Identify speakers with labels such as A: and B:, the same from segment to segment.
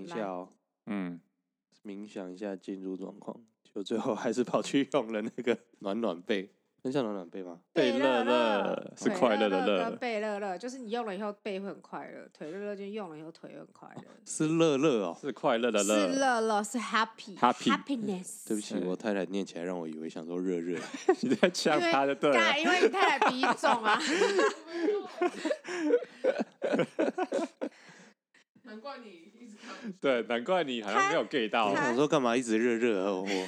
A: 一
B: 慢
A: 下哦，
C: 嗯，
A: 冥想一下进入状况，就最后还是跑去用了那个 暖暖被，那叫暖暖被吗？
B: 贝
C: 乐
B: 乐
C: 是
B: 腿
C: 快乐的
B: 乐
C: 乐
B: 跟贝乐乐，就是你用了以后背会很快乐，腿乐乐就用了以后腿会很快乐。
A: 是乐乐哦。
C: 是快 乐的乐，
B: 是乐乐是 happy
C: Happy
B: happiness。
A: 对不起，
C: 对
A: 我太太念起来让我以为想说热热，
C: 你在呛他就对了。
B: 尬因为你太太鼻肿 啊。
D: 难怪你一直看。
C: 对，难怪你好像没有 get 到
A: 我。想说干嘛一直热热哦，我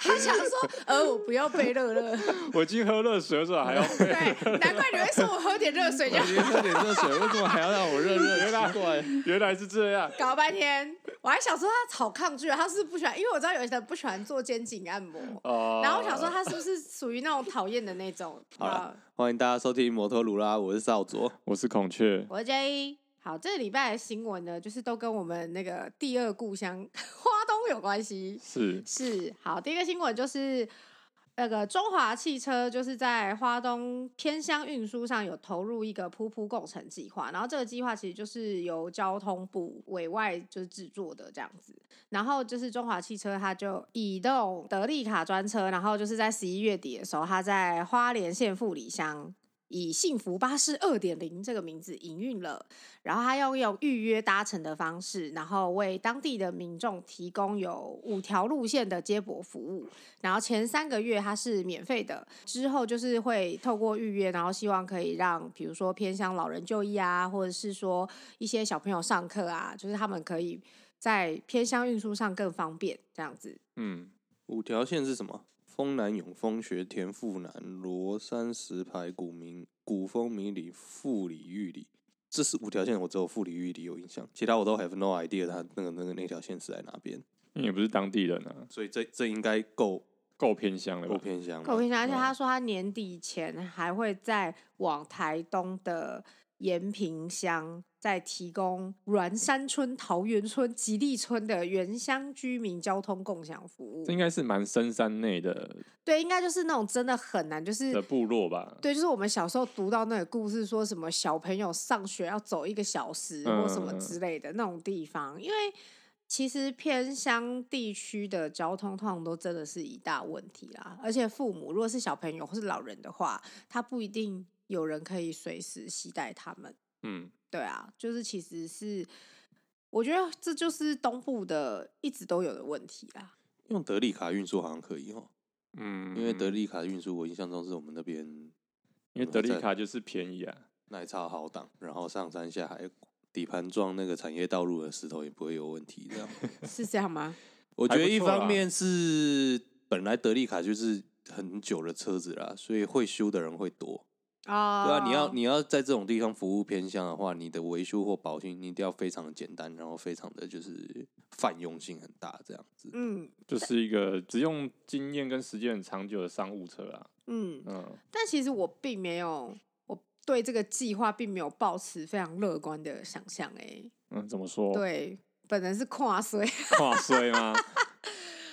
B: 他想说，呃，我不要背热 热。
C: 我已经喝热水的时候还要
B: 对，难怪你会说我喝点热水 就
A: 我今天喝点热水，为什么还要让我 热热？奇怪，
C: 原来是这样。
B: 搞半天。我还想说他好抗拒啊，他是不喜欢，因为我知道有些人不喜欢做肩颈按摩。
C: 哦，
B: 然后我想说他是不是属于那种讨厌的那种？
A: 好了
B: 啊
A: 欢迎大家收听摩托鲁拉，我是少佐。
C: 我是孔雀，
B: 我是 J。好，这个礼拜的新闻呢，就是都跟我们那个第二故乡 花东有关系。
C: 是
B: 是，好，第一个新闻就是那个中华汽车，就是在花东偏乡运输上有投入一个“噗噗共乘”计划，然后这个计划其实就是由交通部委外就是制作的这样子。然后就是中华汽车，它就移动德利卡专车，然后就是在十一月底的时候，它在花莲县富里乡。以“幸福巴士二点零”这个名字营运了，然后它要用预约搭乘的方式，然后为当地的民众提供有五条路线的接驳服务。然后前三个月它是免费的，之后就是会透过预约，然后希望可以让比如说偏乡老人就医啊，或者是说一些小朋友上课啊，就是他们可以在偏乡运输上更方便这样子。
C: 嗯，
A: 五条线是什么？丰南、永丰、学田、富南、罗山、石牌、古民、古风、迷里、富里、玉里。这是五条线，我只有富里、玉里有印象，其他我都 have no idea 它那个那个那条线是在哪边。
C: 你也不是当地人啊，
A: 所以这这应该够
C: 够偏乡了
A: 够
C: 吧？
A: 偏向
B: 我平常，而且他说他年底前还会再往台东的延平乡再提供栾山村、桃园村、吉利村的原乡居民交通共享服务
C: 这。应该是蛮深山内的
B: 对，应该就是那种真的很难，就是
C: 的部落吧？
B: 对，就是我们小时候读到那个故事，说什么小朋友上学要走一个小时或什么
C: 嗯
B: 之类的那种地方，因为其实偏乡地区的交通通常都真的是一大问题啦。而且父母如果是小朋友或是老人的话，他不一定有人可以随时携带他们。
C: 嗯，
B: 对啊，就是其实是我觉得这就是东部的一直都有的问题啦。
A: 用德利卡运输好像可以哦，
C: 嗯，
A: 因为德利卡运输我印象中是我们那边
C: 因为德利卡就是便宜啊，
A: 奶茶好挡，然后上山下海，底盘撞那个产业道路的石头也不会有问题。 这样，
B: 是这样吗？
A: 我觉得一
C: 还不错啦
A: 方面是本来德利卡就是很久的车子啦，所以会修的人会多。
B: 啊、
A: 对啊，你要你要在这种地方服务偏向的话，你的维修或保训你一定要非常的简单，然后非常的就是泛用性很大这样子。
B: 嗯
C: 就是一个只用经验跟时间很长久的商务车啊。
B: 嗯，
C: 嗯，
B: 但其实我并没有，我对这个计划并没有抱持非常乐观的想象、欸。
C: 嗯，怎么
A: 哦
C: 说？
B: 对，本人是跨岁，
C: 跨岁吗？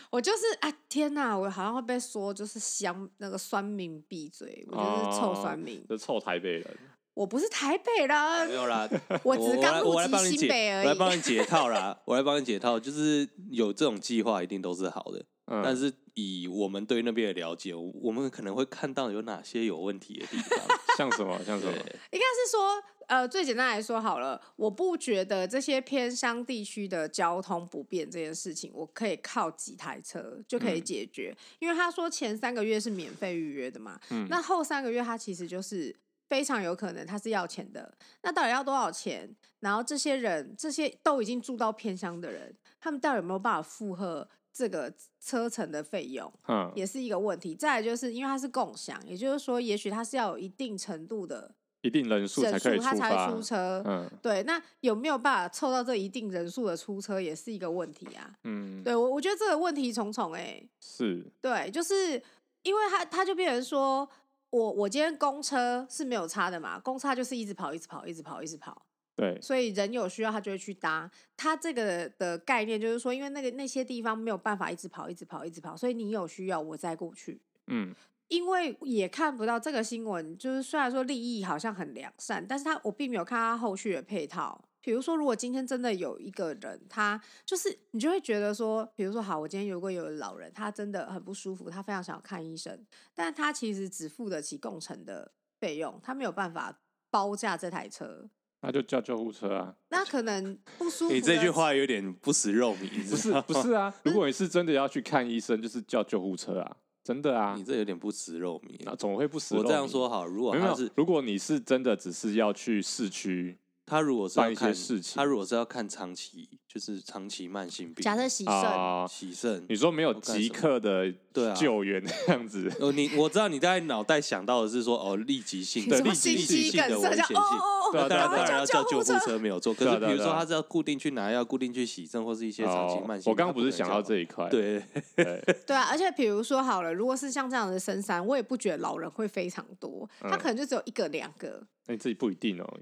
B: 我就是啊，天哪，我好像会被说就是乡那个酸民闭嘴，我就是
A: 哦
B: 臭酸民，
C: 这臭台北人，
B: 我不是台北
A: 没
B: 人，
A: 有啦，
B: 我
A: 我
B: 只
A: 来
B: 刚入
A: 我来帮
B: 籍
A: 你
B: 新
A: 解，
B: 北
A: 我来
B: 而
A: 帮
B: 已。
A: 你解套啦，我来帮你解套，就是有这种计划一定都是好的，
C: 嗯，
A: 但是以我们对那边的了解，我我们可能会看到有哪些有问题的地 方。
C: 像什么像什
A: 对，
C: 么？
B: 应该是说，呃，最简单来说好了，我不觉得这些偏乡地区的交通不便这件事情，我可以靠几台车就可以
C: 嗯
B: 解决。因为他说前三个月是免费预约的嘛，
C: 嗯
B: 那后三个月它其实就是非常有可能它是要钱的。那到底要多少钱？然后这些人，这些都已经住到偏乡的人，他们到底有没有办法负荷这个车程的费用？
C: 嗯，
B: 也是一个问题。再来就是因为它是共享，也就是说，也许它是要有一定程度的
C: 一定人数才
B: 人
C: 可以
B: 数，它
C: 出
B: 才
C: 发
B: 会。出车。
C: 嗯
B: 对，那有没有办法凑到这一定人数的出车，也是一个问题啊。
C: 嗯，
B: 对我，我觉得这个问题重重哎、
C: 是
B: 对，就是因为他他就变成说，我我今天公车是没有差的嘛，公差就是一直跑，一直跑，一直跑，一直跑，
C: 对，
B: 所以人有需要他就会去搭。他这个的概念就是说，因为那个那些地方没有办法一直跑，一直跑，一直跑，所以你有需要我再过去。
C: 嗯，
B: 因为也看不到这个新闻，就是虽然说利益好像很良善，但是他我并没有看他后续的配套比如说，如果今天真的有一个人，他就是你就会觉得说，比如说，好，我今天如果有老人，他真的很不舒服，他非常想要看医生，但他其实只付得起共乘的费用，他没有办法包驾这台车，
C: 那就叫救护车啊！
B: 那可能不舒服。
A: 你这句，话有点不食肉糜，
C: 不是不是啊，如果你是真的要去看医生，就是叫救护车啊，真的啊
A: 你，这有点不食肉糜。
C: 那怎么会不死？
A: 我这样说，好，如果
C: 啊没有
A: 他
C: 没有
A: 是，
C: 如果你是真的只是要去市区，
A: 他如果是要
C: 办一些
A: 看
C: 事情
A: 他如果是要看长期，就是长期慢性病，
B: 假设洗肾，
C: 啊、
A: 洗肾
C: 你，说没有
A: 我干
C: 即
A: 什么
C: 刻的
A: 对啊
C: 救援那样子，
A: 哦，你我知道你在脑袋想到的是说哦，立即性
C: 对
A: 的
B: 什
A: 立
B: 么
C: 立
A: 即
B: 信
C: 即
A: 性
B: 息梗
A: 的危
B: 塞
A: 险
B: 这样
A: 性。
B: 哦 哦
C: 对
B: 哦，
A: 那当
C: 啊
A: 然，
B: 赶
A: 当
B: 快
A: 然要
B: 叫
A: 叫救护
B: 车。
A: 车没有错。可
C: 对
A: 是
C: 啊对啊
A: 比如说
C: 对啊哦
A: 他是要固定去拿药、固定去洗肾或是一些长期慢性病，
C: 我刚刚
A: 他
C: 不是想到这
A: 能
C: 一块，
A: 叫对，
C: 对，
B: 对啊，而且比如说好了，如果是像这样的深山，我也不觉得老人会非常多，他
C: 嗯
B: 可能就只有一个两个。
C: 那你自己不一定哦。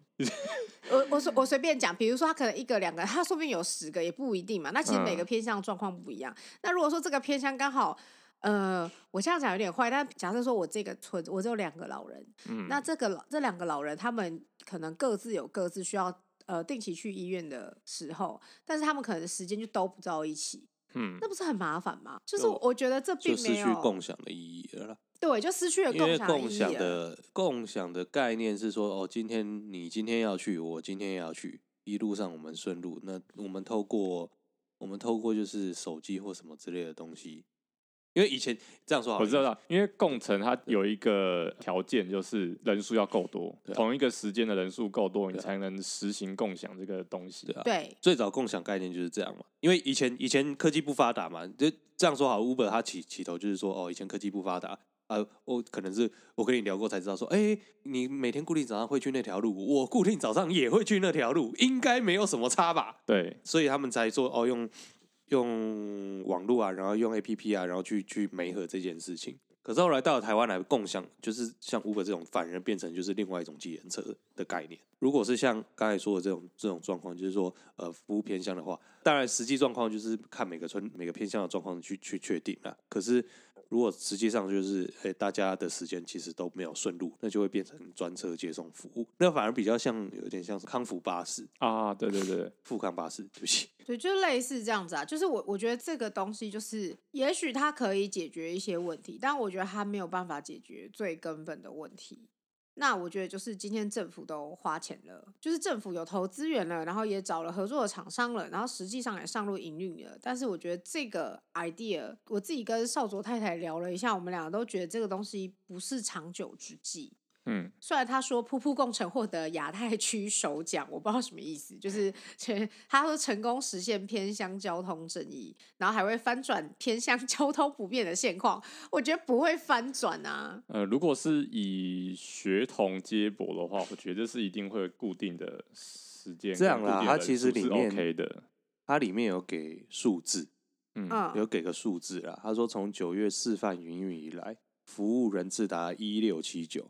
B: 我我随我随便讲，比如说他可能一个两个，他说不定有十个也不一定嘛。那其实每
C: 嗯
B: 个偏向状况不一样。那如果说这个偏向刚好，呃，我这样讲有点坏，但假设说我这个村我只有两个老人，
C: 嗯，
B: 那这个老这两个老人他们可能各自有各自需要呃定期去医院的时候，但是他们可能时间就都不到一起，
C: 嗯
B: 那不是很麻烦吗？就是
A: 就
B: 我觉得这并
A: 就失
B: 没
A: 去
B: 有
A: 共享的意义了啦。
B: 对，就失去了
A: 因为
B: 享的意
A: 共享
B: 义了。
A: 的共享的概念是说，哦，今天你今天要去，我今天也要去，一路上我们顺路。那我们透过我们透过就是手机或什么之类的东西，因为以前这样说好了，
C: 我知道，因为共乘它有一个条件，就是人数要够多，
A: 对啊
C: 同一个时间的人数够多，你
A: 对啊
C: 才能实行共享这个东西。
A: 对啊
B: 对，
A: 最早共享概念就是这样嘛，因为以前以前科技不发达嘛，就这样说好，Uber 它起起头就是说，哦，以前科技不发达。啊，我可能是我跟你聊过才知道说，哎、你每天固定早上会去那条路，我固定早上也会去那条路，应该没有什么差吧？
C: 对，
A: 所以他们才说哦，用用网络啊，然后用 A P P 啊，然后去去媒合这件事情。可是后来到了台湾来共享，就是像 Uber 这种，反而变成就是另外一种计程车的概念。如果是像刚才说的这种这种状况，就是说呃服务偏向的话，当然实际状况就是看每个村每个偏向的状况去去确定啦。可是如果实际上就是诶、大家的时间其实都没有顺路，那就会变成专车接送服务，那反而比较像有点像是康福巴士、
C: 啊，对对 对，
A: 富康巴士，对不起。
B: 对，就类似这样子啊。就是我我觉得这个东西，就是也许它可以解决一些问题，但我觉得它没有办法解决最根本的问题。那我觉得就是今天政府都花钱了，就是政府有投资源了，然后也找了合作的厂商了，然后实际上也上路营运了。但是我觉得这个 idea，我自己跟少卓太太聊了一下，我们两个都觉得这个东西不是长久之计。
C: 嗯，
B: 虽然他说“噗噗共乘”获得亚太区首奖，我不知道什么意思，就是全他说成功实现偏乡交通正义，然后还会翻转偏乡交通不便的现况，我觉得不会翻转啊。
C: 呃，如果是以学童接驳的话，我觉得是一定会有固定的时间跟固定的
A: 这样啦它
C: 人数是 OK 的，
A: 其实里面
C: OK 的，
A: 它里面有给数字，
C: 嗯，
B: 嗯，
A: 有给个数字啦。他说从九月示范营运以来，服务人次达一六七九。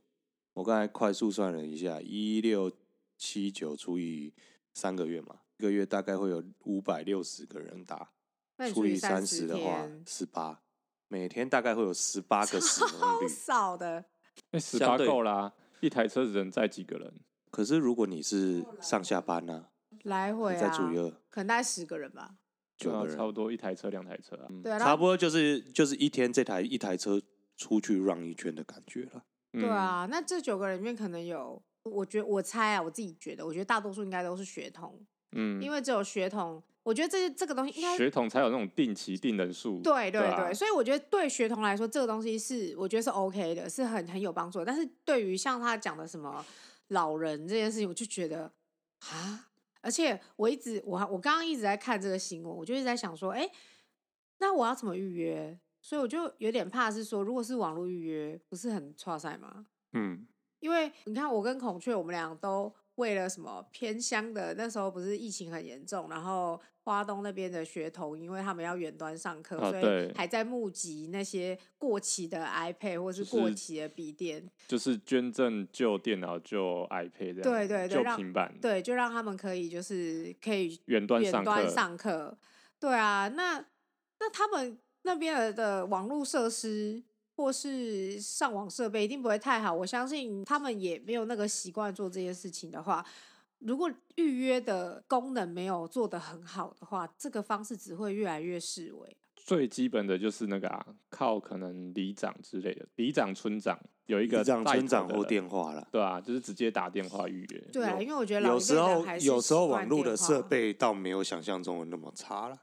A: 我刚才快速算了一下，一六七九除以三个月嘛，一个月大概会有五百六十个人打，
B: 那你
A: 除以
B: 三
A: 三十的话
B: 天，
A: 十八，每天大概会有十八个使用
B: 超
A: 率。
B: 少的，
C: 那十
A: 相
C: 八
A: 对
C: 够啦，一台车子能载几个人？
A: 可是如果你是上下班呢、
B: 来回
A: 你再哦
B: 啊，
A: 除以二，
B: 可能大概十个人吧。
A: 九
C: 啊
A: 个人
C: 差不多一台车两台车啊，
B: 对啊，然
A: 差
B: 后
A: 不多就是就是一天这台一台车出去 run 一圈的感觉了。
C: 嗯
B: 对，啊，那这九个人里面可能有，我觉我猜啊，我自己觉得，我觉得大多数应该都是学童，
C: 嗯，
B: 因为只有学童，我觉得这这个东西应该
C: 学童才有那种定期定人数，
B: 对对
C: 啊
B: 对，所以我觉得对学童来说，这个东西是我觉得是 OK 的，是很很有帮助的。但是对于像他讲的什么老人这件事情，我就觉得啊，而且我一直我还我刚刚一直在看这个新闻，我就一直在想说，哎，那我要怎么预约？所以我就有点怕是说，如果是网络预约，不是很差赛吗？
C: 嗯，
B: 因为你看，我跟孔雀，我们俩都为了什么偏乡的，那时候不是疫情很严重，然后花东那边的学童，因为他们要远端上课，
C: 啊
B: 所以
C: 对
B: 还在募集那些过期的 iPad 或是
C: 就
B: 过
C: 是
B: 期的笔电，
C: 就是捐赠旧电脑、旧 iPad 这样，
B: 对对对
C: 旧
B: 让
C: 平板，，
B: 对，就让他们可以就是可以
C: 远端
B: 远
C: 上
B: 端
C: 课，
B: 上课。对啊，那那他们那边的网络设施或是上网设备一定不会太好，我相信他们也没有那个习惯做这些事情的话，如果预约的功能没有做得很好的话，这个方式只会越来越式微。
C: 最基本的就是那个啊，靠可能里长之类的，里长、村长有一个
A: 让
C: 带头
A: 村长
C: 的
A: 或
C: 人
A: 电话啦。
C: 对啊，就是直接打电话预约。
B: 对啊，
C: 有
B: 因为我觉得老
A: 有
B: 一
A: 时
B: 辈的
A: 候
B: 还是
A: 有时候
B: 习惯
A: 网络
B: 电
A: 的
B: 话
A: 设备倒没有想象中的那么差了。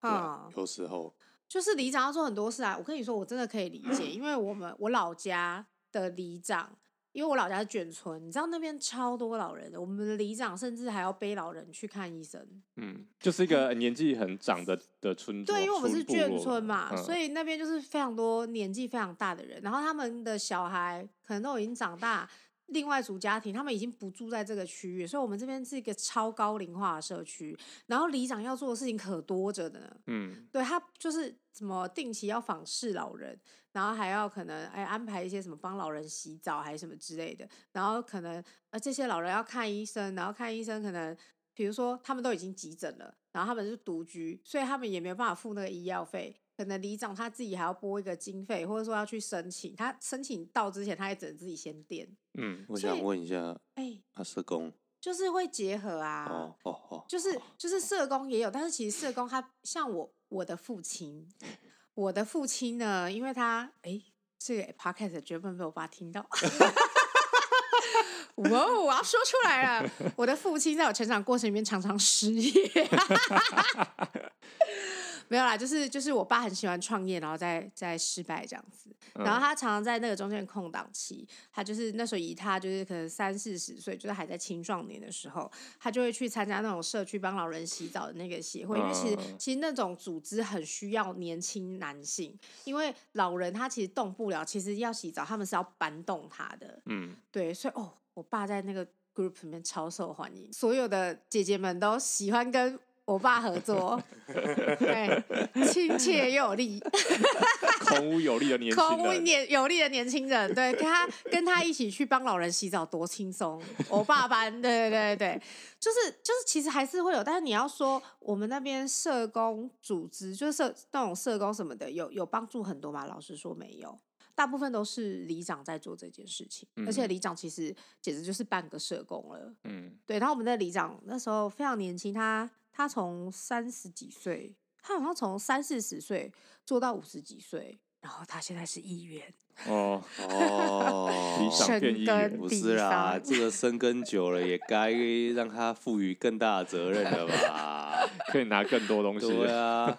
A: 对啊
B: 啊，，
A: 有时候
B: 就是里长要做很多事啊。我跟你说，我真的可以理解，因为我们我老家的里长，因为我老家是眷村，你知道那边超多老人的，我们的里长甚至还要背老人去看医生。
C: 嗯，就是一个年纪很长的的村庄
B: 对，因为我们是
C: 部
B: 眷
C: 落
B: 村嘛，
C: 嗯
B: 所以那边就是非常多年纪非常大的人，然后他们的小孩可能都已经长大，另外组家庭，他们已经不住在这个区域，所以我们这边是一个超高龄化的社区。然后里长要做的事情可多着呢，
C: 嗯，
B: 对他就是怎么定期要访视老人，然后还要可能哎安排一些什么帮老人洗澡还是什么之类的，然后可能呃这些老人要看医生，然后看医生可能比如说他们都已经急诊了，然后他们是独居，所以他们也没有办法付那个医药费。可能里长他自己还要拨一个经费，或者说要去申请，他申请到之前他也只能自己先垫。
C: 嗯，
A: 我
B: 所
A: 想
B: 以
A: 问一下
B: 哎、
A: 阿社工，
B: 就是会结合啊，
A: 哦哦哦，
B: 就是就是社工也有，但是其实社工他像我我的父亲，我的父亲呢，因为他哎，这个 podcast 绝不能被我爸听到。 哇哦！我要说出来了，我的父亲在我成长过程里面常常失业，没有啦，就是就是我爸很喜欢创业，然后再再失败这样子。然后
C: 嗯
B: 他常常在那个中间的空档期，他就是那时候以他就是可能三四十岁，就是还在青壮年的时候，他就会去参加那种社区帮老人洗澡的那个协会，因为其实
C: 嗯嗯嗯
B: 其实那种组织很需要年轻男性，因为老人他其实动不了，其实要洗澡他们是要搬动他的，
C: 嗯，
B: 对，所以哦，我爸在那个 group 里面超受欢迎，所有的姐姐们都喜欢跟我爸合作，哦 对，亲切又有力。
C: 空无有力的年轻
B: 空无
C: 人，
B: 年有力的年轻人，对，跟他 跟他一起去帮老人洗澡多轻 松，我爸班，对对对对，就是就是其实还是会有，但是你要说我们那边社工组织，就是社那种社工什么的，有有帮助很多吗？老实说没有。大部分都是里长在做这件事情，而且
C: 嗯
B: 里长其实简直就是半个社工了。
C: 嗯，
B: 对，然后我们的里长那时候非常年轻，他他从三十几岁，他好像从三四十岁做到五十几岁，然后他现在是议员，
C: 哦，
A: 哦
C: 理想
B: 深
C: 变议员
B: 耕
A: 不
B: 地哎
A: 是啦，
B: 方
A: 这个深耕久了也该让他赋予更大的责任了 吧？
C: 可以拿更多东西。
A: 对啊，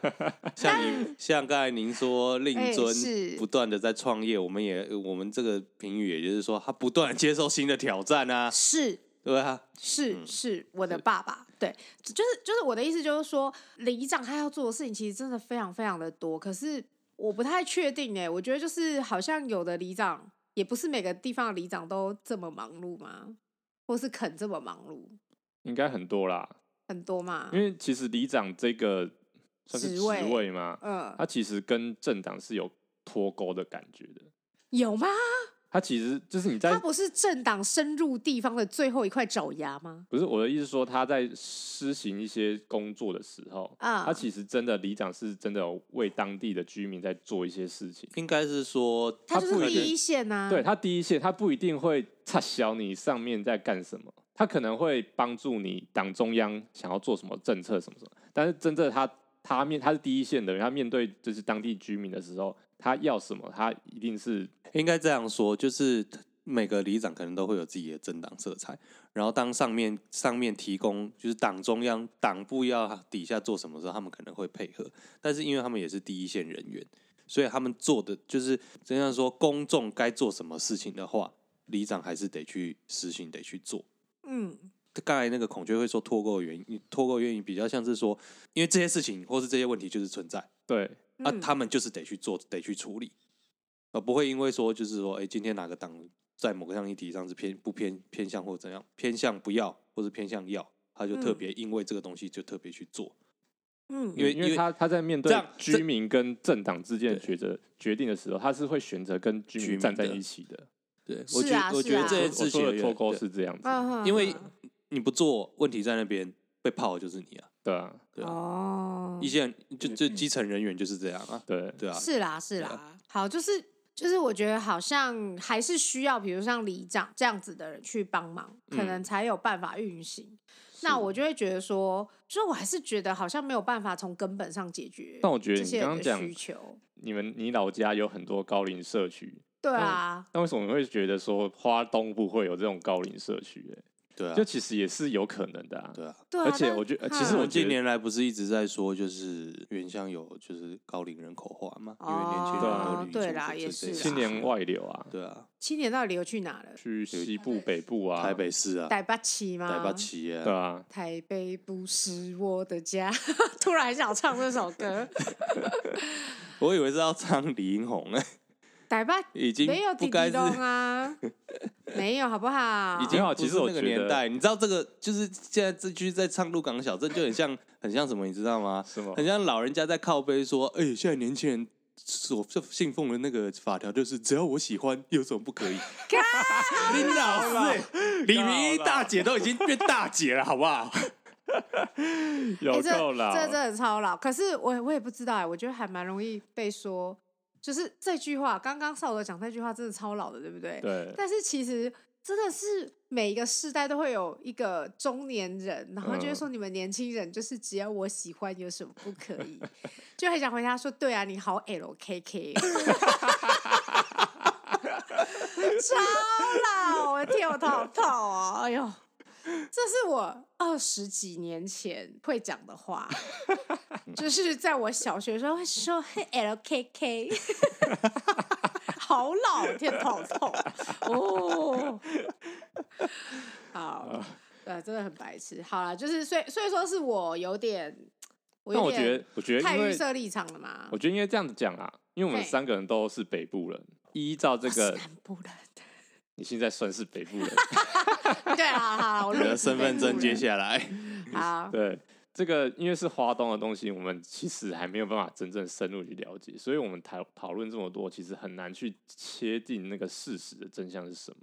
A: 像 您像刚才您说令
B: 哎
A: 尊
B: 是
A: 不断的在创业，我们也我们这个评语也就是说他不断的接受新的挑战 啊，
B: 是
A: 对啊，
B: 是是我的爸爸，对，就是就是我的意思就是说，里长他要做的事情其实真的非常非常的多，可是我不太确定哎、我觉得就是好像有的里长也不是每个地方的里长都这么忙碌嘛，或是肯这么忙碌，
C: 应该很多啦，
B: 很多嘛，
C: 因为其实里长这个算是
B: 职
C: 职
B: 位
C: 位嘛，
B: 嗯，
C: 它其实跟政党是有脱钩的感觉的。
B: 有吗？
C: 它其实就是你在
B: 他不是政党深入地方的最后一块爪牙吗？
C: 不是我的意思，说他在施行一些工作的时候，
B: 啊
C: 他其实真的里长是真的有为当地的居民在做一些事情。
A: 应该是说
B: 他就
A: 不
B: 是
A: 可
B: 第一
A: 能，
B: 线呐、啊，
C: 对，他第一线，他不一定会插销你上面在干什么，他可能会帮助你党中央想要做什么政策什么什么，但是真正他他面他是第一线的人，他面对就是当地居民的时候，他要什么，他一定是
A: 应该这样说，就是每个里长可能都会有自己的政党色彩，然后当上面上面提供就是党中央党部要底下做什么时候，他们可能会配合，但是因为他们也是第一线人员，所以他们做的就是真像说公众该做什么事情的话，里长还是得去实行，得去做。
B: 嗯，
A: 刚才那个孔雀会说脱钩的原因，脱钩的原因比较像是说，因为这些事情或是这些问题就是存在，
C: 对，
A: 啊，
B: 嗯
A: 他们就是得去做，得去处理，呃，不会因为说就是说，哎、今天哪个党在某个项议题上是偏不偏偏向或怎样，偏向不要或是偏向要，他就特
B: 嗯
A: 别因为这个东西就特别去做，
B: 嗯，
A: 因为
C: 因为他他在面对
A: 这样这
C: 居民跟政党之间的抉择决定的时候，他是会选择跟居
A: 居
C: 民
A: 民
C: 站在
A: 的
C: 一起的。
A: 对我
B: 是
A: 觉、
B: 啊
A: 我
B: 是
A: 觉得
B: 啊
A: 这些
B: 对
A: 事
C: 我说
A: 情
C: 的脱钩
A: 对
C: 是这样子，
B: 嗯哼
A: 因为
B: 哼
A: 你不做，问题在那边被泡的就是你啊，
C: 对啊，
A: 对啊，
B: 哦
C: 嗯
A: 嗯一，些人就就基层人员就是这样啊，
C: 对，
A: 对啊，
B: 是啦是
A: 对啊
B: 啦，好，就是就是我觉得好像还是需要，比如像里长这样子的人去帮忙，
C: 嗯
B: 可能才有办法运行。那我就会觉得说，就是我还是觉得好像没有办法从根本上解决
C: 但我觉得
B: 这
C: 你
B: 些
C: 刚
B: 人
C: 刚
B: 的
C: 讲嗯
B: 需求。
C: 你们你老家有很多高龄社区，
B: 对啊，
C: 那为什么你会觉得说花东不会有这种高龄社区、欸？
A: 对啊
C: 就，其实也是有可能的啊。
A: 对啊。
B: 对啊。
C: 而且
B: 但
C: 我觉得呃其
A: 其
C: 实
A: 实
B: 嗯
A: 我
C: 我觉
A: 近
C: 得
A: 年来不是一直在说，就是原乡有就是高龄人口化嘛，因为年轻人
C: 哦
A: 都旅
B: 对
A: 出
B: 啦
A: 这
B: 也
A: 这
B: 是啦
C: 青年外流啊，
A: 对啊，
B: 青年到底流去哪了？
C: 去西部、北部啊，
A: 台北市啊，
B: 台北市吗？
A: 台北企业
C: 对啊，
B: 台北不是我的家， 突然很想唱这首歌。
A: 我以为是要唱李英红呢，
B: 台北
A: 已经
B: 没有
A: 不
B: 滴
A: 该是
B: 滴咚啊，没有好不好？
A: 已经
C: 没有
A: 不
C: 其实
A: 是
C: 我
A: 那个
C: 觉
A: 年
C: 得
A: 代，你知道这个就是现在这句在唱《鹿港小镇》，就很像很像什么，你知道吗？
C: 什么
A: 很像老人家在靠背说：“哎、现在年轻人所就信奉的那个法条就是，只要我喜欢，有什么不可以？” 你老是李明一大姐都已经变大姐了，好不好？
C: 有
B: 欸这
C: 够老，
B: 这真的超老。可是我我也不知道哎、我觉得还蛮容易被说，就是这句话，刚刚少德讲这句话真的超老的，对不对？
C: 对，
B: 但是其实真的是每一个世代都会有一个中年人，然后就会说你们年轻人就是只要我喜欢有什么不可以，就很想回答说对啊，你好 LKK，超老，我的天，我头好痛哦，哎呦。这是我二十几年前会讲的话，就是在我小学的时候会说嘿 LKK，好 老，天头 痛哦。好，
C: 啊
B: 对，真的很白痴。好啦，就是所以所以说是我有点，我
C: 但
B: 有
C: 我觉
B: 点
C: 得我觉得
B: 太
C: 因
B: 预
C: 为
B: 设立场了嘛
C: 我。觉得应该这样子讲啊，因为我们
B: 嘿
C: 三个人都是北部人，依照这
B: 哦我是啊
C: 个，
B: 南部人，
C: 你现在算是北部 人，
B: 对啊，好 啦，我
A: 你的
B: 入职
A: 身份
B: 北部
A: 证接
B: 人
A: 下来，
B: 好，
C: 对。这个因为是华东的东西，我们其实还没有办法真正深入去了解，所以我们讨讨论这么多，其实很难去切定那个事实的真相是什么。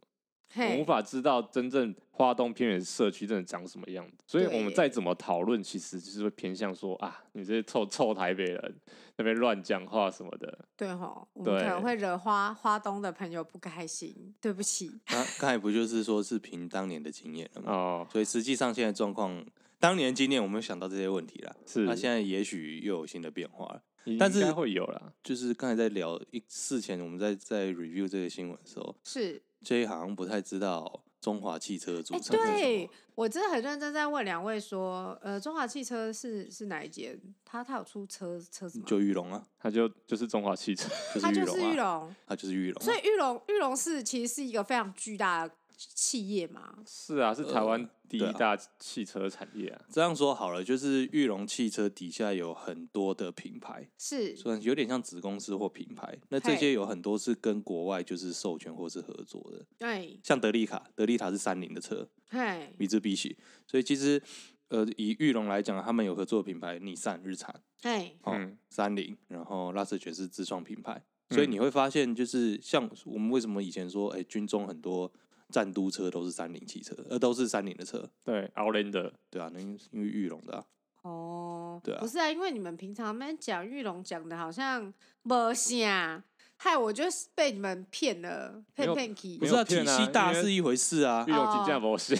C: 我们无
B: 嘿，
C: 法知道真正花东偏远社区真的长什么样子，所以
B: 对
C: 我们
B: 耶
C: 再怎么讨论，其实就是会偏向说啊，你这些臭臭台北人那边乱讲话什么的。
B: 对吼，我们可
C: 对
B: 能会惹花花东的朋友不开心，对不起。
A: 那刚才不就是说是凭当年的经验了吗？
C: 哦，
A: 所以实际上现在状况，当年的经验我们有想到这些问题啦，
C: 是
A: 那现在也许又有新的变化了。
C: 应
A: 但是
C: 应该会有啦。
A: 就是刚才在聊一事前，我们在在 review 这个新闻的时候
B: 是，
A: ，J 好像不太知道中华汽车的组
B: 哎，
A: 成是什么。
B: 对我真的很认真在问两位说，呃，中华汽车是是哪一间？他他有出车车子吗？
A: 就玉龙啊，
C: 他就就是中华汽车，
A: 就是
B: 他
A: 玉
B: 就是
A: 龙
B: 玉
A: 啊，
B: 龙，
A: 他就是玉龙、
B: 所以
A: 啊。
B: 玉龙玉龙是其实是一个非常巨大的企业嘛，
C: 是啊，是台湾第
A: 对
C: 一
A: 啊
C: 大汽车产业啊。
A: 这样说好了，就是玉龙汽车底下有很多的品牌，
B: 是
A: 算有点像子公司或品牌。那
B: 嘿
A: 这些有很多是跟国外就是授权或是合作的，
B: 哎
A: 像德利卡，德利卡是三菱的车，
B: 嘿
A: 米兹比喜。所以其实，呃，以玉龙来讲，他们有合作的品牌，日产、日产。
B: 嘿
A: 哦
C: 嗯，
A: 三菱，然后拉斯卷是自创品牌，
B: 嗯
A: 所以你会发现，就是像我们为什么以前说，哎、军中很多战都车都是三菱汽车，呃，都是三菱的车，
C: 对，Outlander，
A: 对啊，那因因为玉龙的、啊，
B: 哦，
A: 对啊
B: 不是啊，因为你们平常们讲玉龙讲的好像没啥，害我就是被你们骗了，
C: 没
B: 骗
C: 有
B: 骗去
A: 不
C: 没
A: 是
C: 有
A: 啊，体
C: 骗啊
A: 系大
C: 因为
A: 是一回事啊
C: 玉，龙金价模 式，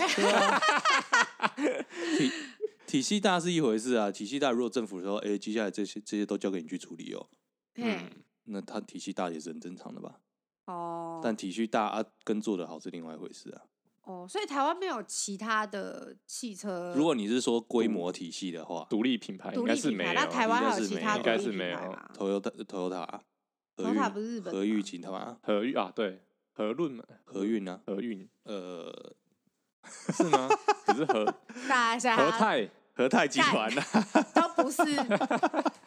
A: 体体系大是一回事啊，体系大如果政府说，哎、接下来这些这些都交给你去处理哦，
B: 嘿
A: 那它体系大也是很正常的吧？
B: 哦，
A: 但体系大啊，跟做的好是另外一回事啊。
B: 哦，所以台湾没有其他的汽车，
A: 如果你是说规模体系的话
C: 独立品牌应
B: 独
C: 该
B: 立
C: 是
B: 品
C: 没
B: 牌，
C: 有
B: 那
C: 啊，
B: 台湾
A: 应该
B: 还有
A: 是
B: 其
A: 没
B: 他
A: 有应
B: 独
A: 该
B: 立
C: 是
B: 品
C: 没
B: 牌
C: 有啊
B: 吗？
A: ，Toyota Toyota 和
B: Toyota
A: 运
B: 不是日本的
A: 和运
B: 吗
A: 集团
C: 和运啊，对，和润嘛，
A: 和运啊，
C: 和运
A: 呃，
C: 是 吗？可是 和
B: 大 家
C: 和泰
A: 和泰集团啊，
B: 都不是，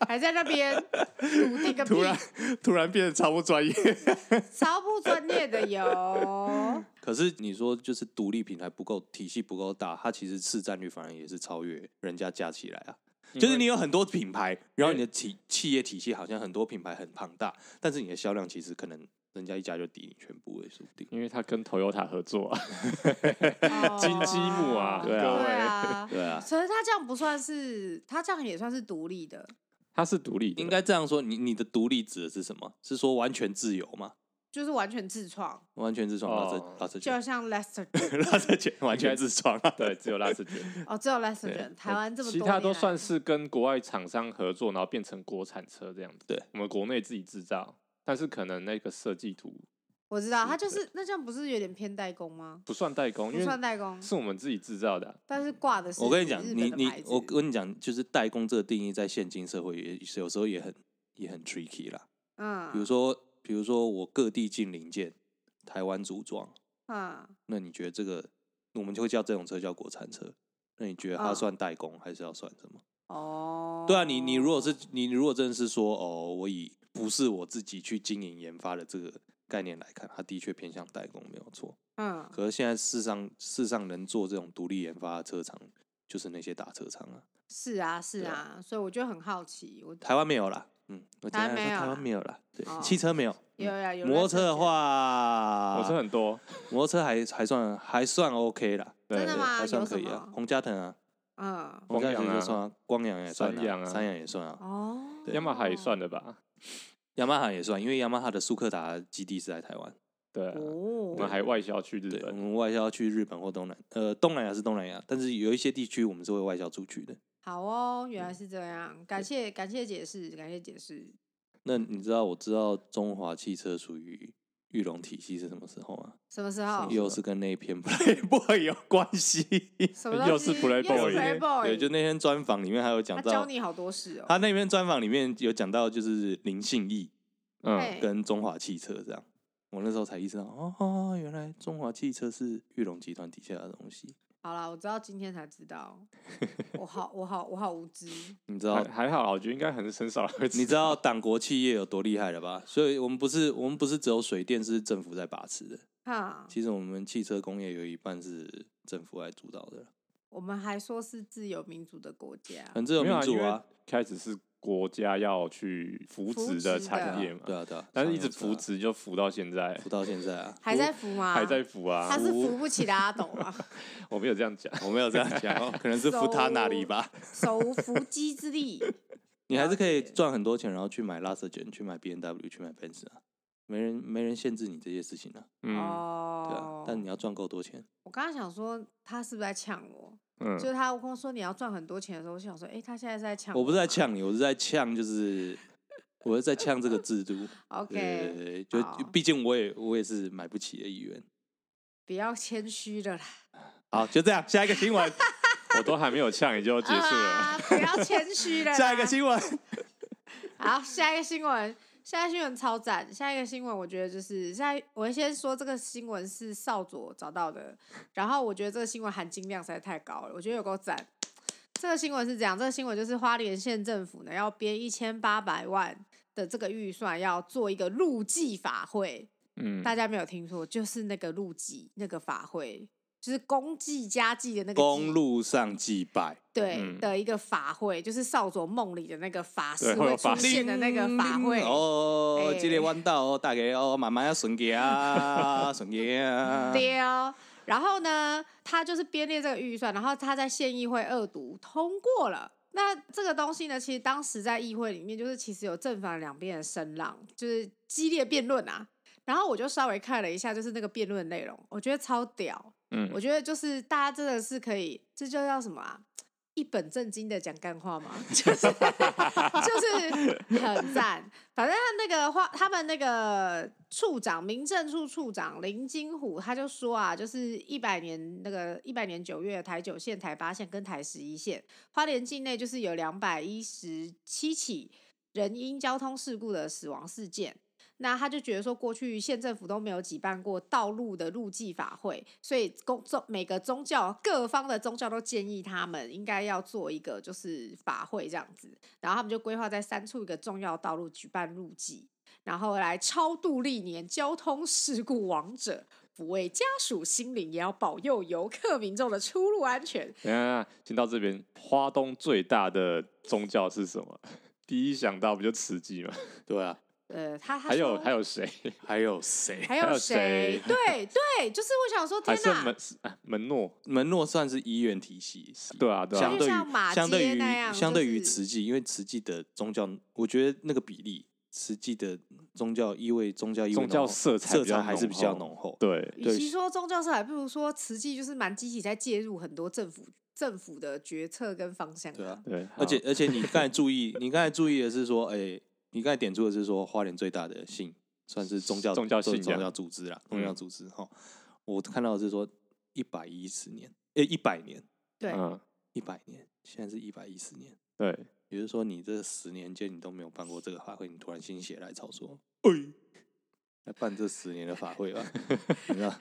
B: 还在那边笃定个屁
A: 突，然 突然变得超不专业。
B: 超不专业的 哦有。
A: 可是你说就是独立品牌不够，体系不够大，它其实市占率反而也是超越人家加起来啊。就是你有很多品牌，然后你的企企业体系好像很多品牌很庞大，但是你的销量其实可能人家一家就抵你全部也说不定。
C: 因为他跟 Toyota 合作啊，
B: 金
C: 金鸡木啊
B: 对
A: 对啊
B: 啊，
A: 对啊，
B: 所以他这样不算是，他这样也算是独立的
C: 他是独立的，
A: 应该这样说，你你的独立指的是什么？是说完全自由吗？
B: 就是完全自创，
A: 完全自创拉扯
C: 哦
A: 拉扯
B: 就
A: 卷，
B: 像 Lester
A: 拉扯 卷完全自创啊，
C: 对，只有拉丝卷，
B: 哦，只有 Lester
A: 对
B: 人，台湾这么多
C: 其
B: 年来，
C: 他都算是跟国外厂商合作，然后变成国产车这样子。
A: 对，
C: 我们国内自己制造，但是可能那个设计图
B: 我知道，
C: 是
B: 他就是那这样不是有点偏代工吗？
C: 不算代工，
B: 不
C: 因为
B: 算代工，
C: 是我们自己制造的啊、
B: 但是挂的是
A: 我跟你讲，
B: 日
A: 你
B: 本的
A: 你
B: 牌子
A: 我跟你讲，就是代工这个定义在现今社会也是有时候也很也很 tricky 啦。
B: 嗯，
A: 比如说，比如说我各地进零件，台湾组装，
B: 嗯，
A: 那你觉得这个我们就会叫这种车叫国产车？那你觉得它
B: 嗯
A: 算代工还是要算什么？
B: 哦，
A: 对啊，你你如果是你如果真的是说哦，我以不是我自己去经营研发的这个概念来看，它的确偏向代工没有错。
B: 嗯
A: 可是现在世上世上能做这种独立研发的车厂，就是那些大车厂啊。
B: 是啊是
A: 对
B: 啊，所以我就很好奇，我
A: 台湾没有啦，嗯，我简
B: 台湾
A: 单来说
B: 没有
A: 台
B: 啦
A: 湾没有啦，对，
B: 哦
A: 汽车没有，
B: 有呀有
A: 摩托车的
B: Lester
A: 话，
C: 我车很多，
A: 摩托车还还算还算 OK 啦，
C: 对
B: 真的
A: 对，
B: 吗
A: 还算
B: 有什
A: 可以啊
B: 么，
A: 洪家腾啊，
B: 卷嗯
A: 洪家腾
C: 光阳啊
A: 就算啊，光阳也算
C: 三洋啊
A: 三洋也算啊，
B: 哦，
A: 对
C: 雅马哈也算的吧？
A: 雅马哈也算，因为雅马哈的苏克达基地是在台湾，
C: 对啊、我们
B: 哦，
C: 还外销去日
A: 对，我
C: 本，
A: 们外销去日本或东南，呃，东南亚是东南亚，但是有一些地区我们是会外销出去的。
B: 好哦，
A: 嗯
B: 原来是这样，感谢感谢解释，感谢解释，
A: 那你知道我知道中华汽车属于玉龙体系是什么时候吗？
B: 什么时候？
A: 又是跟那一篇 Playboy 有关 系。
B: 什么东
C: 又是
B: 西
C: Playboy
B: 又是
A: 对
B: Playboy
A: 对，就那篇专访里面还有讲
B: 他教
A: 到，
B: 你好多事哦，
A: 他那篇专访里面有讲到就是林信义
C: 嗯，
B: 嘿
A: 跟中华汽车这样。我那时候才意识到，哦，原来中华汽车是玉龙集团底下的东西。
B: 好啦，我知道今天才知道，我好我好我好无知，
A: 你知
C: 还
A: 道，
C: 还好啦，我觉得应该很很少人会
A: 你知道党国企业有多厉害了吧？所以我们不是我们不是只有水电是政府在把持的，
B: 哈，
A: 其实我们汽车工业有一半是政府来主导的，
B: 我们还说是自由民主的国家，
A: 很自由
C: 没
A: 民
C: 有啊
A: 主
C: 因为
A: 啊，
C: 开始是国家要去扶
B: 扶
C: 持的
B: 持
C: 产
B: 的
C: 业嘛，
A: 对啊对啊，
C: 但是一直
A: 上有
C: 扶
A: 车啊
C: 持就扶到现在，
A: 扶到现在啊，
B: 还在扶吗？
C: 还在扶啊，
B: 他是扶不起的阿斗 啊，
C: 我没有这样讲，
A: 我没有这 样讲哦，可能是扶他那里吧。
B: 手无缚鸡之力。
A: 你还是可以
B: 了解
A: 赚很多钱，然后去买拉瑟卷，去买 B N W，去买奔驰啊，没人没人限制你这些事情啊，
C: 嗯
A: 对啊。
B: 哦，
A: 但你要赚够多钱，
B: 我刚刚想说他是不是在呛我？
C: 嗯
B: 就是他跟我说你要赚很多钱的时候，我想说，哎，他现在是在呛
A: 我不是
B: 吗
A: 在呛你，我是在呛就是。我是在呛这个制 度，对对对
B: OK，
A: 对，就
B: 好
A: 毕竟我也我也是买不起的一员。
B: 不要谦虚了啦，
A: 好，就这样，下一个新 闻，
C: 我都还没有呛你就结束了，
B: 啊， 不要谦虚了啦。
A: 下一个新闻，
B: 啊好，下一个新闻，下一个新闻超赞。下一个新闻，我觉得就是现在，我先说这个新闻是少佐找到的，然后我觉得这个新闻含金量实在太高了，我觉得有够赞。这个新闻是这样，这个新闻就是花莲县政府呢要编一千八百万的这个预算，要做一个路祭法会。
C: 嗯，
B: 大家没有听错，就是那个路祭那个法会，就是公祭家祭的那个祭
A: 公路上祭拜，
B: 对、
C: 嗯
B: 的一个法会，就是少佐梦里的那个法师
C: 对会有
B: 会
C: 法
B: 出现的那个
A: 叮
B: 法会。
A: 叮嗯哦，
B: 哎
A: 这个弯道哦，大家哦，慢慢要顺行啊，顺行啊，
B: 对哦。然后呢，他就是编列这个预算，然后他在县议会二读通过了。那这个东西呢，其实当时在议会里面，就是其实有正反两边的声浪，就是激烈辩论啊。然后我就稍微看了一下，就是那个辩论内容，我觉得超屌。
C: 嗯
B: 我觉得就是大家真的是可以，这就叫什么啊？一本正经的讲干话嘛， 就是就是很赞。反正那个话，他们那个处长，民政处处长林金虎，他就说啊，就是一百年那个一百年九月，台九线、台八线跟台十一线，花莲境内就是有两百一十七起人因交通事故的死亡事件。那他就觉得说，过去县政府都没有举办过道路的路祭法会，所以公宗每个宗教各方的宗教都建议他们应该要做一个就是法会这样子，然后他们就规划在三处一个重要道路举办路祭，然后来超度历年交通事故亡者，抚慰家属心灵，也要保佑游客民众的出入安全。
C: 等一下等一下先到这边，花东最大的宗教是什么？第一想到不就慈济吗？
A: 对啊，
B: 呃，他他
C: 还有
B: 说
C: 还有谁？
A: 还有谁？
B: 还
C: 还有
B: 有谁
C: 谁？
B: 对对，就是我想说，
C: 还
B: 天
C: 是
B: 哪
C: 门，是啊门诺？
A: 门诺算是医院体系，
C: 对啊对
A: 相
C: 啊
B: 就，
A: 对
B: 像马
A: 于相对
B: 街那样
A: 于相对于
B: 就是
A: 慈济，因为慈济的宗教，我觉得那个比例实际的宗教意味、宗教意味
C: 宗
A: 浓厚
C: 教色彩
A: 色
C: 比较
A: 彩还是比较
C: 浓
A: 浓
C: 厚
A: 厚。
C: 对，
B: 与
A: 对
B: 其说宗教色彩，不如说慈济就是蛮积极在介入很多政府政府的决策跟方向、
A: 对啊，
C: 对，
A: 而且而且你刚才注意，你刚才注意的是说，哎、你刚才点出的是说，花莲最大的信算是宗教
C: 宗教
A: 宗
C: 信仰
A: 宗教组织啦，宗教
C: 嗯
A: 组织哈、我看到的是说一百一十年，哎、1一百年，
B: 对，
C: 嗯，
A: 一百年，现在是一百一十年。
C: 对，
A: 也就是说，你这十年间你都没有办过这个法会，你突然心血来潮说，哎、来办这十年的法会吧。 你知道，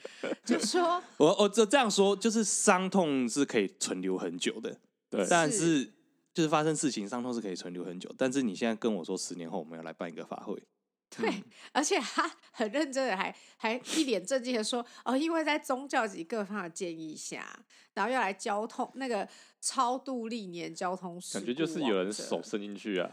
B: 就说
A: 我我这这样说，就是伤痛是可以存留很久的，
C: 对，
A: 但
B: 是
A: 是就是发生事情，伤痛是可以存留很久。但是你现在跟我说，十年后我们要来办一个法会，
B: 对，
C: 嗯
B: 而且他 很认真的还还一脸正经的说，哦，因为在宗教及各方的建议下，然后要来交通那个超度历年交通事
C: 感觉就
B: 故
C: 是有
B: 往
C: 人
B: 者
C: 手伸进去啊，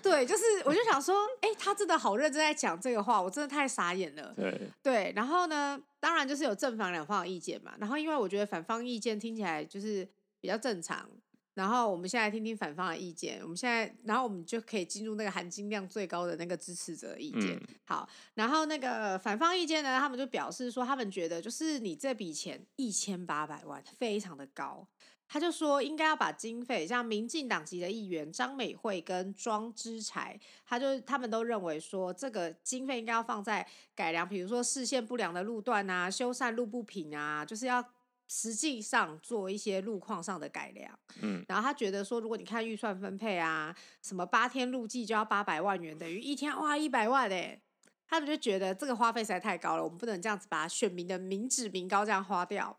B: 对，就是我就想说，哎、他真的好认真在讲这个话，我真的太傻眼了。
C: 对，
B: 对，然后呢，当然就是有正反两方的意见嘛。然后因为我觉得反方意见听起来就是比较正常，然后我们现在听听反方的意见。我们现在，然后我们就可以进入那个含金量最高的那个支持者的意见。
C: 嗯
B: 好，然后那个反方意见呢，他们就表示说，他们觉得就是你这笔钱一千八百万非常的高。他就说，应该要把经费，像民进党籍的议员张美惠跟庄之才，他就他们都认为说，这个经费应该要放在改良，比如说视线不良的路段啊、修缮路不平啊，就是要实际上做一些路况上的改良。
C: 嗯，
B: 然后他觉得说，如果你看预算分配啊，什么八天路祭就要八百万元，等于一天花一百万哎、他们就觉得这个花费实在太高了，我们不能这样子把选民的民脂民膏这样花掉，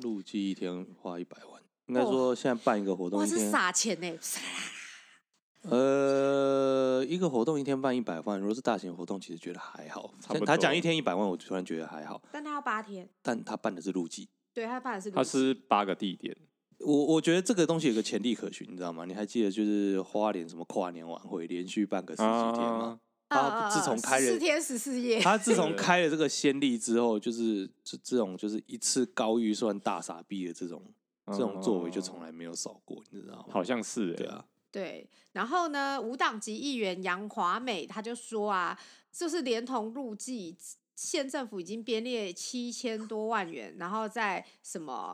A: 路基一天花一百万，应该说现在办一个活动
B: 哇，
A: 一
B: 是
A: 天，
B: 撒钱欸呢、
A: 呃，一个活动一天办一百万，如果是大型活动，其实觉得还好。
C: 差不多
A: 他讲一天一百万，我突然觉得还好，
B: 但他要八天，
A: 但他办的是路基。
B: 对他办的是
C: 它
B: 路祭
C: 是八个地点，
A: 我我觉得这个东西有个潜力可循，你知道吗？你还记得就是花莲什么跨年晚会，连续办个十几天吗？
B: 啊
A: 他
B: 啊啊
A: 自从开了
B: 四天十四 夜，
A: 他自从
C: 对
A: 开了这个先例之后，就是这这种就是一次高预算大傻逼的这种这种作为就从
C: 来
A: 来没有少过，你知道吗？
C: 好像是欸，
A: 对啊，
B: 对，然后呢，无党籍议员杨华美他就说啊，就是连同入记，县政府已经编列七千多万元，然后在什么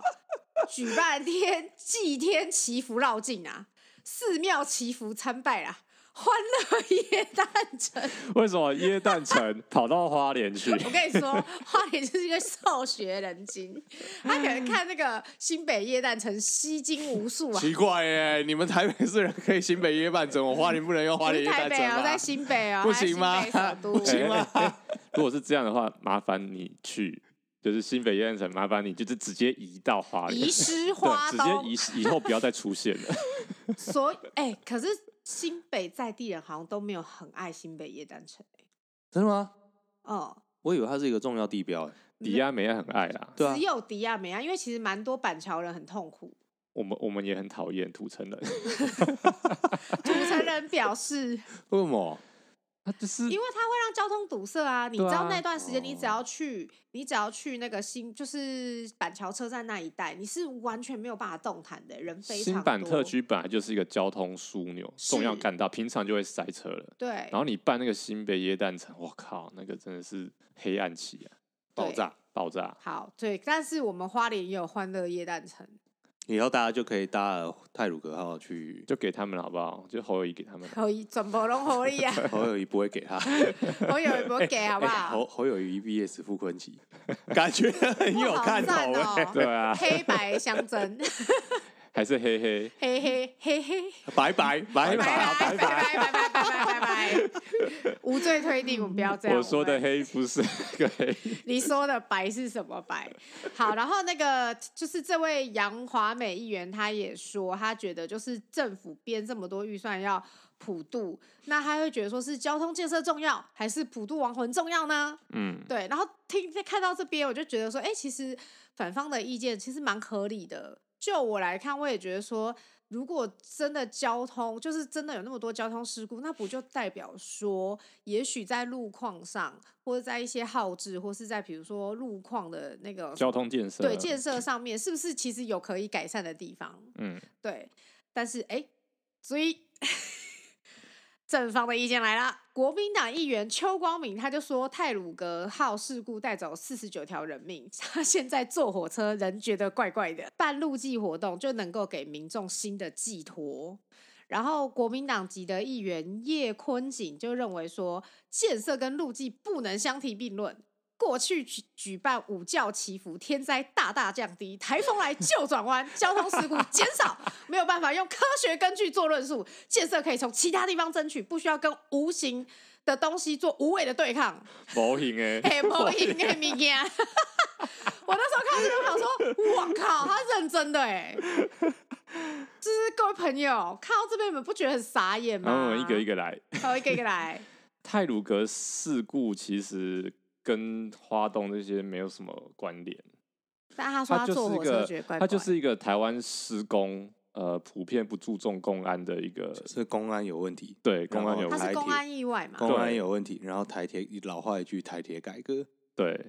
B: 举办天祭天祈福绕境啊，寺庙祈福参拜啊，欢乐耶诞城。
C: 为什么耶诞城跑到花 莲去？
B: 我跟你说，花莲就是一个少学人精，他可
A: 嗯
B: 能看那个新北夜诞城吸睛无数啊，
A: 奇怪耶，你们台北市人可以新北夜半整， 我花莲不能用花
B: 不
A: 莲
B: 是
A: 夜
B: 台
A: 半
B: 北
A: 整
B: 啊，在
A: 吗？
B: 新北啊，
A: 不
B: 还是
A: 行吗
B: 新北首都
A: 不行吗
C: 哎哎哎如果是这样的话，麻烦你去，就是新北耶诞城，麻烦你就是直接移到花莲
B: 遗，失花都
C: 对，直接移以后不要再出现了。
B: 所以哎、可是新北在地人好像都没有很爱新北夜诞城、欸、
A: 真的吗？
B: 哦，
A: 我以为它是一个重要地标，哎，
C: 迪亚梅也很爱啦，
A: 对啊
B: 只，有迪亚美啊，因为其实蛮多板桥人很痛苦。
C: 我们我们也很讨厌土 城人，
B: 土城人表示，
A: 为什么？
C: 他就是
B: 因为它会让交通堵塞啊！你知
C: 对啊哦
B: 道那段时间，你只要去，你只要去那个新，就是板桥车站那一带，你是完全没有办法动弹的，人非常
C: 新版
B: 多
C: 特区本来就是一个交通枢纽，
B: 是
C: 重要干道，平常就会塞车了。
B: 对，
C: 然后你办那个新北耶诞城，我靠，那个真的是黑暗期啊，
B: 对
C: 爆炸爆炸，
B: 好对，但是我们花莲也有欢乐夜诞城，
A: 以后大家就可以搭泰鲁格号 去，
C: 就给他们了好不好？就侯友谊给他们了，
B: 可以转播龙火力 啊，
A: 侯友谊不会给他，
B: 我有我给好不
A: 哎
B: 好？
A: 侯侯友谊 VS 傅昆奇，感觉很有看头
B: 哇好赞
A: 哎
B: 哦，
C: 对啊，
B: 黑白 相争，
C: 还是黑黑，
B: 嘿嘿嘿嘿，
A: 拜拜拜
B: 拜拜拜
A: 拜拜，
B: 拜拜拜拜拜拜，无罪推定，我们不要这样。
C: 我说的
B: 们，
C: 黑不是那个黑，
B: 你说的白是什么白？好，然后那个就是这位杨华美议员，他也说，他觉得就是政府编这么多预算要普渡，那他会觉得说是交通建设重要，还是普渡亡魂重要呢？
C: 嗯，
B: 对，然后听在看到这边，我就觉得说，哎、其实反方的意见其实蛮合理的。就我来看，我也觉得说，如果真的交通就是真的有那么多交通事故，那不就代表说，也许在路况上，或者在一些耗志，或是在比如说路况的那个
C: 交通建设，
B: 对建设上面，是不是其实有可以改善的地方？
C: 嗯，
B: 对，但是哎、诶所以正方的意见来了。国民党议员邱光明他就说，泰鲁格号事故带走四十九条人命， 他现在坐火车人觉得怪怪的。办路祭活动就能够给民众新的寄托。然后国民党籍的议员叶坤景就认为说，建设跟路祭不能相提并论。过去举举办午教祈福，天灾大大降低，台风来就转弯，交通事故减少，没有办法用科学根据做论述，建设可以从其他地方争取，不需要跟无形的东西做无谓的对抗。
C: 模型哎，
B: 嘿，无用的物件。 我那时候看到这个，想说，我靠，他认真的哎、就是各位朋友看到这边，你们不觉得很傻眼
C: 然后
B: 吗？
C: 我们嗯一个一
B: 个，
C: 个来。
B: 好，一个一个来。
C: 泰鲁格事故其实跟花东这些没有什么关联，
B: 但他说
C: 它
B: 他
C: 就
B: 坐
C: 是一
B: 火车觉得
C: 个
B: 怪怪，
C: 它就是一个台湾施工呃普遍不注重公安的一个
A: 是公安有问题，
C: 对公安
A: 然后
C: 有
B: 他
A: 它
B: 是公安意外嘛？
A: 公安
C: 对
A: 有问题，然后台铁老话一句，台铁改革，
C: 对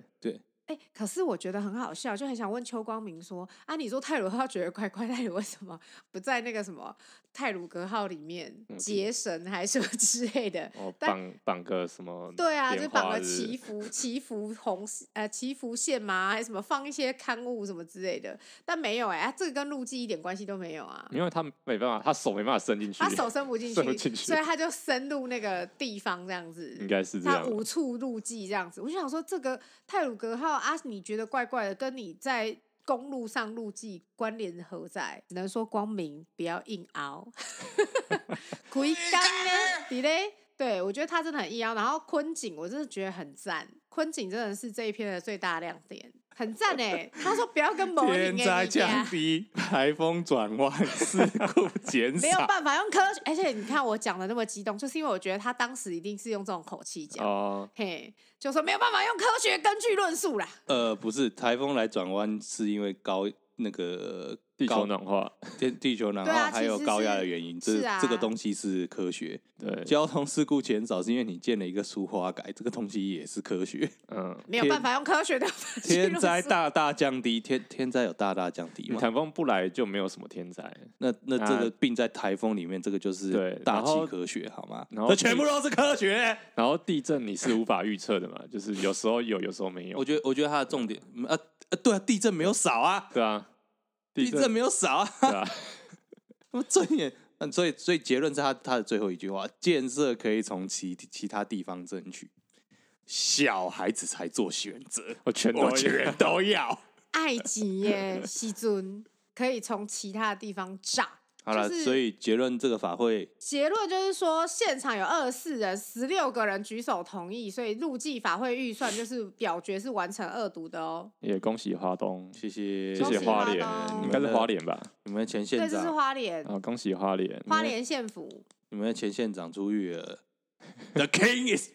B: 哎、可是我觉得很好笑，就很想问邱光明说：“啊，你说泰鲁格号觉得怪怪，那你为什么不在那个什么泰鲁格号里面
C: 嗯
B: 结绳还是什么 之类的？”
C: 哦
B: 但
C: 绑绑个什么
B: 对啊，就
C: 莲
B: 绑
C: 花
B: 个
C: 日
B: 祈福祈福红呃祈福线嘛，还是什么放一些刊物什么之类的，但没有哎、啊这个跟路基一点关系都没有啊。
C: 因为他没办法，他手没办法伸进去，
B: 他手伸不进
C: 伸不
B: 去，
C: 进去
B: 所以他就深入那个地方这样子，
C: 应该是这
B: 他
C: 样吧。
B: 无处入迹这样子。我就想说，这个泰鲁格号啊，你觉得怪怪的，跟你在公路上入迹关联何在？只能说光明不要硬 熬，鬼干呢？你嘞？对，我觉得他真的很硬凹。然后昆景，我真的觉得很赞，昆景真的是这一篇的最大亮点，很赞哎、他说不要跟某
A: 天
B: 人
A: 灾
B: 啊
A: 降低，台风转弯，事故减
B: 没有
A: 少。
B: 办法用科学，而且你看我讲的那么激动，就是因为我觉得他当时一定是用这种口气讲，
C: 哦，
B: 嘿，就说没有办法用科学根据论述啦。
A: 呃，不是，台风来转弯是因为高那个
C: 地
A: 高
C: 球暖化，
A: 天地球暖
B: 对啊
A: 化还
B: 其
A: 有
B: 实
A: 高压
B: 是
A: 的原因，
B: 是
A: 这这
B: 啊
A: 个东西是科学。
C: 对，
A: 交通事故减少是因为你建了一个疏花改，这个东西也是科 学。
C: 嗯，
B: 没有
A: 天
B: 办法用科学 的分析
A: 天
B: 论
A: 灾
B: 述
A: 大大降低，天天灾有大大降低
C: 你
A: 嘛？
C: 台风不来就没有什么天灾，
A: 那那
C: 那
A: 这个并在台风里面，这个就是
C: 对
A: 大
C: 然后
A: 气科学，好吗？
C: 然后
A: 这全部都是科 学。
C: 然后地震你是无法预测的嘛，就是有时候有，有时候没
A: 我
C: 有，
A: 觉得，我觉得它的重点，嗯啊啊，对啊，地震没有少啊，
C: 对啊，
A: 地震没有少啊。
C: 对啊，
A: 那么最也，嗯，所以所以结论是他他的最后一句话：建设可以从其其他地方争取，小孩子才做选择，
C: 我全都
A: 我全都要。
B: 爱情耶，西尊可以从其他地方炸。
A: 好了，
B: 就是
A: 所以结论这个法会
B: 结论就是说，现场有二十四人，十六个人举手同意，所以入计法会预算就是表决是完成恶毒的哦。
C: 也恭喜花东，
A: 谢谢
C: 谢
B: 恭
C: 谢
B: 喜
C: 花
B: 花
C: 莲
B: 东，
C: 应该是花莲吧？
A: 你们的前
B: 对，
A: 县
B: 这是
A: 长，
B: 花莲，
C: 啊，恭喜花莲，
A: 嗯
B: 花莲县府。
A: 你们的前县长朱玉儿，The King is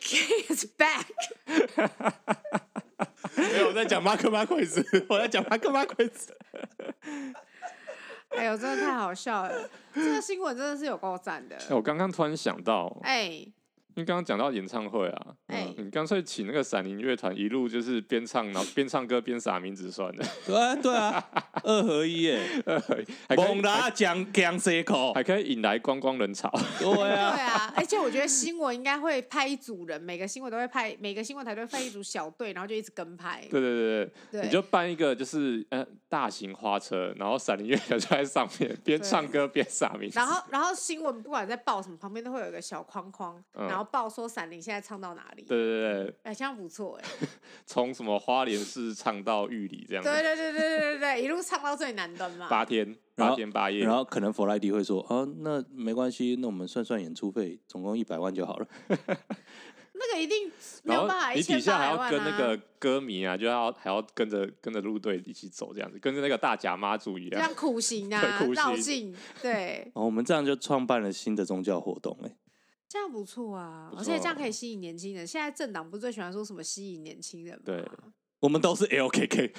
B: King is back，
A: 没有我在讲马克马奎斯，我在讲马克马奎斯。
B: 哎呦，真的太好笑了！这个新闻真的是有够赞 的。
C: 哎，我刚刚突然想到，
B: 哎，
C: 因为刚刚讲到演唱会啊，
B: 哎
C: 你干脆请那个闪灵乐团一路就是边唱，然后边唱歌边撒名字算了，
A: 对啊，对啊，二合一耶，
C: 还可
A: 猛
C: 以
A: 拉讲讲 C 口，
C: 还可以引来观光人潮，
A: 对
B: 对
A: 啊，
B: 啊，而且我觉得新闻应该会派一组人，每个新闻都会派，每个新闻台都会派一组小队，然后就一直跟拍。
C: 对对对对。
B: 对，
C: 你就办一个就是呃大型花车，然后闪灵乐团就在上面，
B: 对
C: 边唱歌边撒名字。
B: 然后然后新闻不管在报什么，旁边都会有一个小框框，
C: 嗯
B: 然后报说闪灵现在唱到哪里。
C: 对对对，
B: 哎，这样不错 哎、
C: 从什么花莲市唱到玉里这样
B: 对
C: 子，
B: 对对对对对对，一路唱到最南端嘛。
C: 八天
A: 然后
C: 八天八夜
A: 然，后可能弗莱迪会说：“啊，那没关系，那我们算算演出费，总共一百万就好了。
B: 那个一定没
C: 然
B: 有
C: 后
B: 办法，
C: 你
B: 一
C: 底
B: 千
C: 下
B: 八
C: 还
B: 百
C: 要
B: 万啊。
C: 跟那个歌迷啊，就要还要跟着跟着路队一起走这样子，跟着那个大甲妈祖一
B: 这
C: 样
B: 样。苦行啊
C: 对苦，行
B: 绕境，对，
A: 哦，我们这样就创办了新的宗教活动、欸，
B: 这样不错啊，
C: 不
B: 而且这样
C: 错
B: 可以吸引年轻人。现在政党不是最喜欢说什么吸引年轻人吗？
C: 对
A: 我们都是 LKK。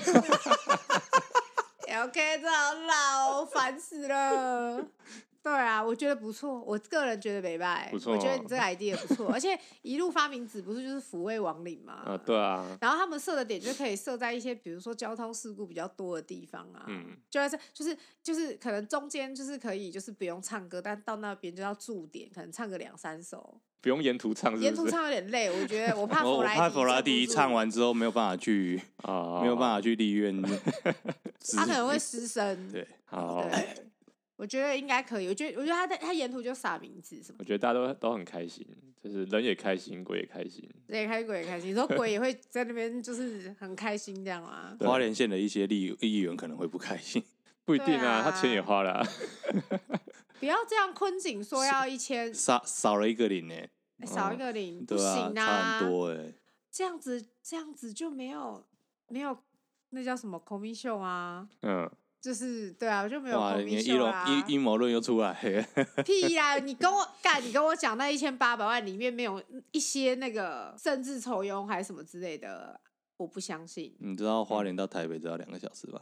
B: 哎 LK 哦这好老，烦死了。对啊，我觉得不错，我个人觉得没败，
C: 不错哦
B: 我觉得你这个 idea 不错，而且一路发明子不是就是抚慰亡灵吗？
C: 啊，对啊，
B: 然后他们设的点就可以设在一些，比如说交通事故比较多的地方啊，
C: 嗯
B: 就在这，就是就是可能中间就是可以就是不用唱歌，但到那边就要驻点，可能唱个两三首，
C: 不用沿途唱是不是，
B: 沿途 唱有点累，我觉得我怕
A: 我
B: 佛
A: 我
B: 莱
A: 怕佛拉迪
B: 迪
A: 唱，完之后没有办法去，
C: 啊，
A: 没有办
C: 法，
A: 法去立院， 只
B: 他可能会失声，
A: 对，
C: 好，
B: 对我觉得应该可以，我觉得我觉得他在他沿途就撒名字什么
C: 我，觉得大家都都很开心，就是人也开心，鬼也开心，
B: 也开心鬼也开心，你说鬼也会在那边就是很开心这样啊
A: 花莲县的一些立议员可能会不开心。
C: 不一定啊，
B: 对啊
C: 他钱也花了啊、
B: 不要这样，坤景说要一千
A: 少少了一个零呢、
B: 哎少一个零，不
A: 对啊，
B: 行
A: 差很多哎、
B: 这样子这样子就没有没有那叫什么 commission 啊，
C: 嗯，
B: 就是对啊，我就没有
A: 哇，你的
B: commission
A: 阴谋
B: 啦、
A: 阴阴谋论又出来了，
B: 屁啦！你跟我干，你跟我讲那一千八百万里面没有一些那个政治酬庸还是什么之类的，我不相信。
A: 你知道花莲到台北只要两个小时吧？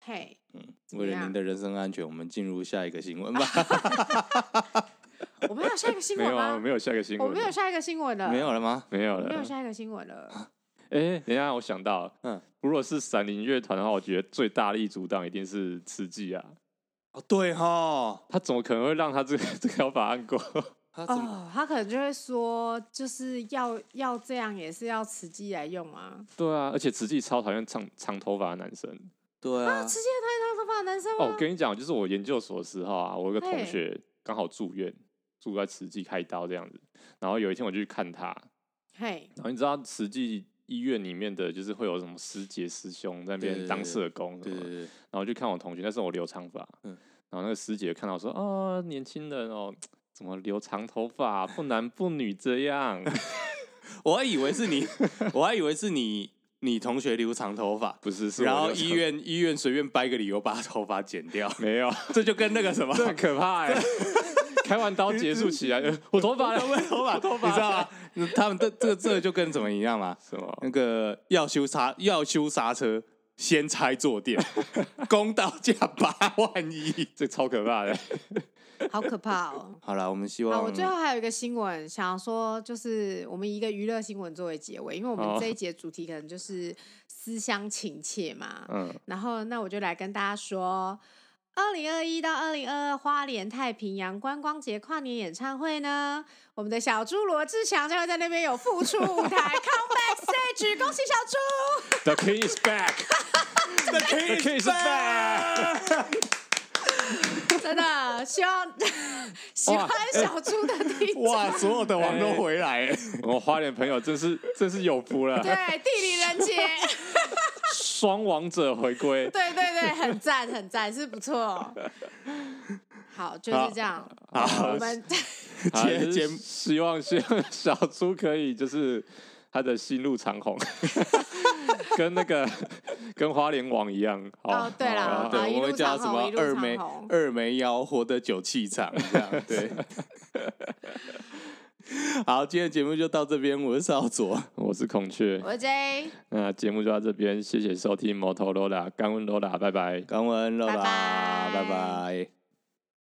B: 嘿，
A: 嗯，
B: 么
A: 为了
B: 样
A: 您的人身安全，我们进入下一个新闻吧。
B: 我们还有下一个新
C: 没
B: 闻
C: 有啊，我
B: 吗？
C: 没有下个新闻
B: 我
C: 了，
B: 没有下一个新闻了，
A: 没有了吗？
C: 没有
B: 我没有
C: 了。
B: 下一个新闻了。
C: 哎、等一下，我想到，
A: 嗯
C: 嗯，如果是闪灵乐团的话，我觉得最大力阻挡一定是慈济啊，
A: 哦，对哈，
C: 他怎么可能会让他这个 这条法案过？
A: 他怎么？
B: 哦，他可能就会说，就是要要这样也是要慈济来用啊。
C: 对啊，而且慈济超讨厌长长头发的男生。
A: 对啊
B: 慈，济太头发的男生吗？
C: 哦，我跟你讲，就是我研究所的时候啊，我有个同学刚好住院，住在慈济开刀这样子，然后有一天我就去看他，
B: 嘿，
C: 然后你知道慈济医院里面的就是会有什么师姐师兄在那
A: 对对
C: 边当
A: 对
C: 社工什
A: 对
C: 么
A: 对
C: 的，
A: 对，
C: 然后就看我同学，那时候我留长发，
A: 嗯
C: 然后那个师姐看到说，哦，年轻人哦，怎么留长头发，不男不女这 样？
A: 我还以为是你， 我还以为是你，你同学留长头发，
C: 不是，是我
A: 然后
C: 留长
A: 医院医院随便掰个理由把他头发剪掉，
C: 没有，
A: 这就跟那个什么
C: 这很可 怕
A: 欸
C: 哎、开完刀结束起来，呃我头发呢
A: 他们头发，你知道吗？他们这这这就跟怎么一样嘛？
C: 什么？
A: 那个要修刹要修刹车，先拆坐 垫，公道价八万 一。
C: 这超可怕的，
B: 好可怕哦！
A: 好了，我们希
B: 好，
A: 望
B: 我最后还有一个新闻，想要说就是我们以一个娱乐新闻作为结尾，因为我
C: 好
B: 们这一节主题可能就是思乡情切嘛。
C: 嗯，
B: 然后，那我就来跟大家说，二零二一到二零二二花莲太平洋观光节跨年演唱会呢，我们的小猪罗志祥将会在那边有复出舞台，comeback stage，恭喜小猪！
C: The king is back. The king is, back.
B: 真的，希望 喜欢小猪的听众。
A: 哇，所有的网都回来了，
C: 我花莲朋友真是真是有福
A: 啊
C: 了，
B: 对，地理人杰，
C: 双王者回归。
B: 对对对，很赞很赞，是不错。好，就是这样。
A: 好
B: 我们
C: 啊
A: 节
C: 就是
A: 节
C: 希望希望小猪可以就是他的心路长虹， 跟那个 跟花莲网一样。好
B: 哦对啦
C: 好
B: 好
C: 好
A: 对，
B: 一
A: 我
B: 路
A: 们叫
B: 唱
A: 什
B: 红
A: 么
B: 一路
A: 二
B: 唱
A: 梅
B: 红
A: 二梅腰，活得久气场这样 对。好，今天的节目就到这边，我是少佐，
C: 我是孔雀，
B: 我是 J，
C: 那节目就到这边，谢谢收听摩托罗拉，干温罗拉，拜拜。
A: 感恩了
B: 拜
A: 啦，
B: 拜
A: 拜拜。